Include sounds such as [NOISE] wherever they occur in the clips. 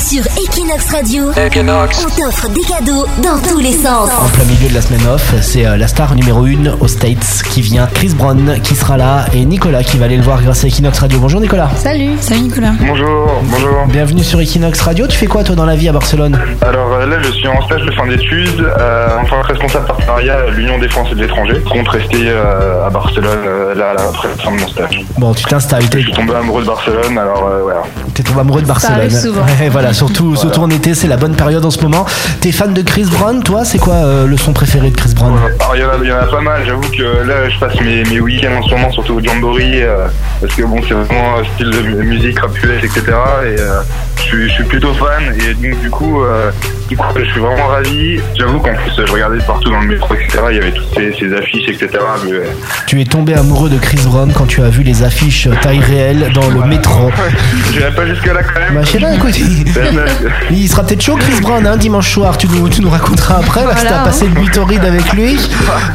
Sur Equinox Radio, Equinox. on t'offre des cadeaux dans tous les sens. En plein milieu de la semaine off, c'est euh, la star numéro 1 aux States qui vient, Chris Brown qui sera là et Nicolas qui va aller le voir grâce à Equinox Radio. Bonjour Nicolas. Salut. Salut Nicolas. Bonjour, bonjour. Bienvenue sur Equinox Radio. Tu fais quoi toi dans la vie à Barcelone Alors euh, là, je suis en stage de fin d'études euh, en tant que responsable partenariat à l'Union des Français de l'étranger. Compte rester euh, à Barcelone euh, là, là, après la fin de mon stage. Bon, tu t'installes. Je T'es suis tombé amoureux de Barcelone, alors euh, voilà. t'es tombé amoureux de Barcelone. arrive souvent. [LAUGHS] Ouais, voilà, surtout, surtout en été, c'est la bonne période en ce moment. T'es fan de Chris Brown, toi C'est quoi euh, le son préféré de Chris Brown Alors, il y, en a- il y en a pas mal, j'avoue que euh, là, je passe mes, mes week-ends en ce moment, surtout au Jamboree, euh, parce que bon, c'est vraiment euh, style de mu- musique, rap US, etc. Et euh, je, suis- je suis plutôt fan, et donc du coup, euh, du coup, je suis vraiment ravi. J'avoue qu'en plus, je regardais partout dans le métro, etc. Il y avait toutes ces, ces affiches, etc. Mais, euh, Tu es tombé amoureux de Chris Brown quand tu as vu les affiches euh, taille réelle dans le métro. [LAUGHS] J'irai pas jusque là quand même. Bah, je sais pas, écoute, il- [LAUGHS] il sera peut-être chaud Chris Brown hein, dimanche soir, tu nous, tu nous raconteras après parce que Voilà, t'as hein. passé le nuit torride avec lui.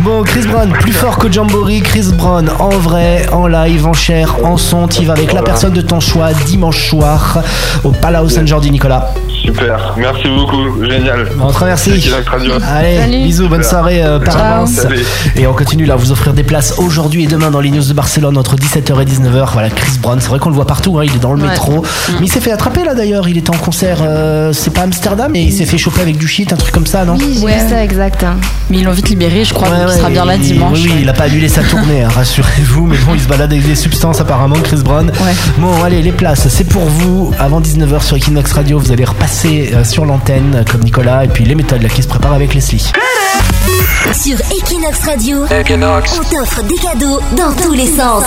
Bon, Chris Brown, plus fort que Jamboree, Chris Brown en vrai, en live, en chair, en son, t'y vas avec la personne de ton choix dimanche soir au Palau San Jordi, Nicolas. Super, merci beaucoup, génial. Rentre, merci. Equinox Radio. Allez, Salut. bisous, bonne soirée euh, par Ciao. avance. Salut. Et on continue là, à vous offrir des places aujourd'hui et demain dans les news de Barcelone entre 17h et 19h. Voilà, Chris Brown, c'est vrai qu'on le voit partout, hein, il est dans le Ouais. Mm. métro. Mais il s'est fait attraper là d'ailleurs, il était en concert, euh, c'est pas Amsterdam, et il s'est fait choper avec du shit, un truc comme ça, non Oui, j'ai Ouais. vu ça exact. hein. Mais ils l'ont vite libéré, je crois, Ouais, donc il sera ouais, bien là il- dimanche. Oui, oui, il a pas annulé sa tournée, hein, [LAUGHS] rassurez-vous. Mais bon, il se balade avec des substances apparemment, Chris Brown. Bon, allez, les places, c'est pour vous. Avant 19h sur Equinox Radio, vous allez repasser euh, sur l'antenne euh, comme Nicolas et puis les méthodes là, qui se préparent avec Leslie. Sur Equinox Radio, on t'offre des cadeaux dans tous les sens.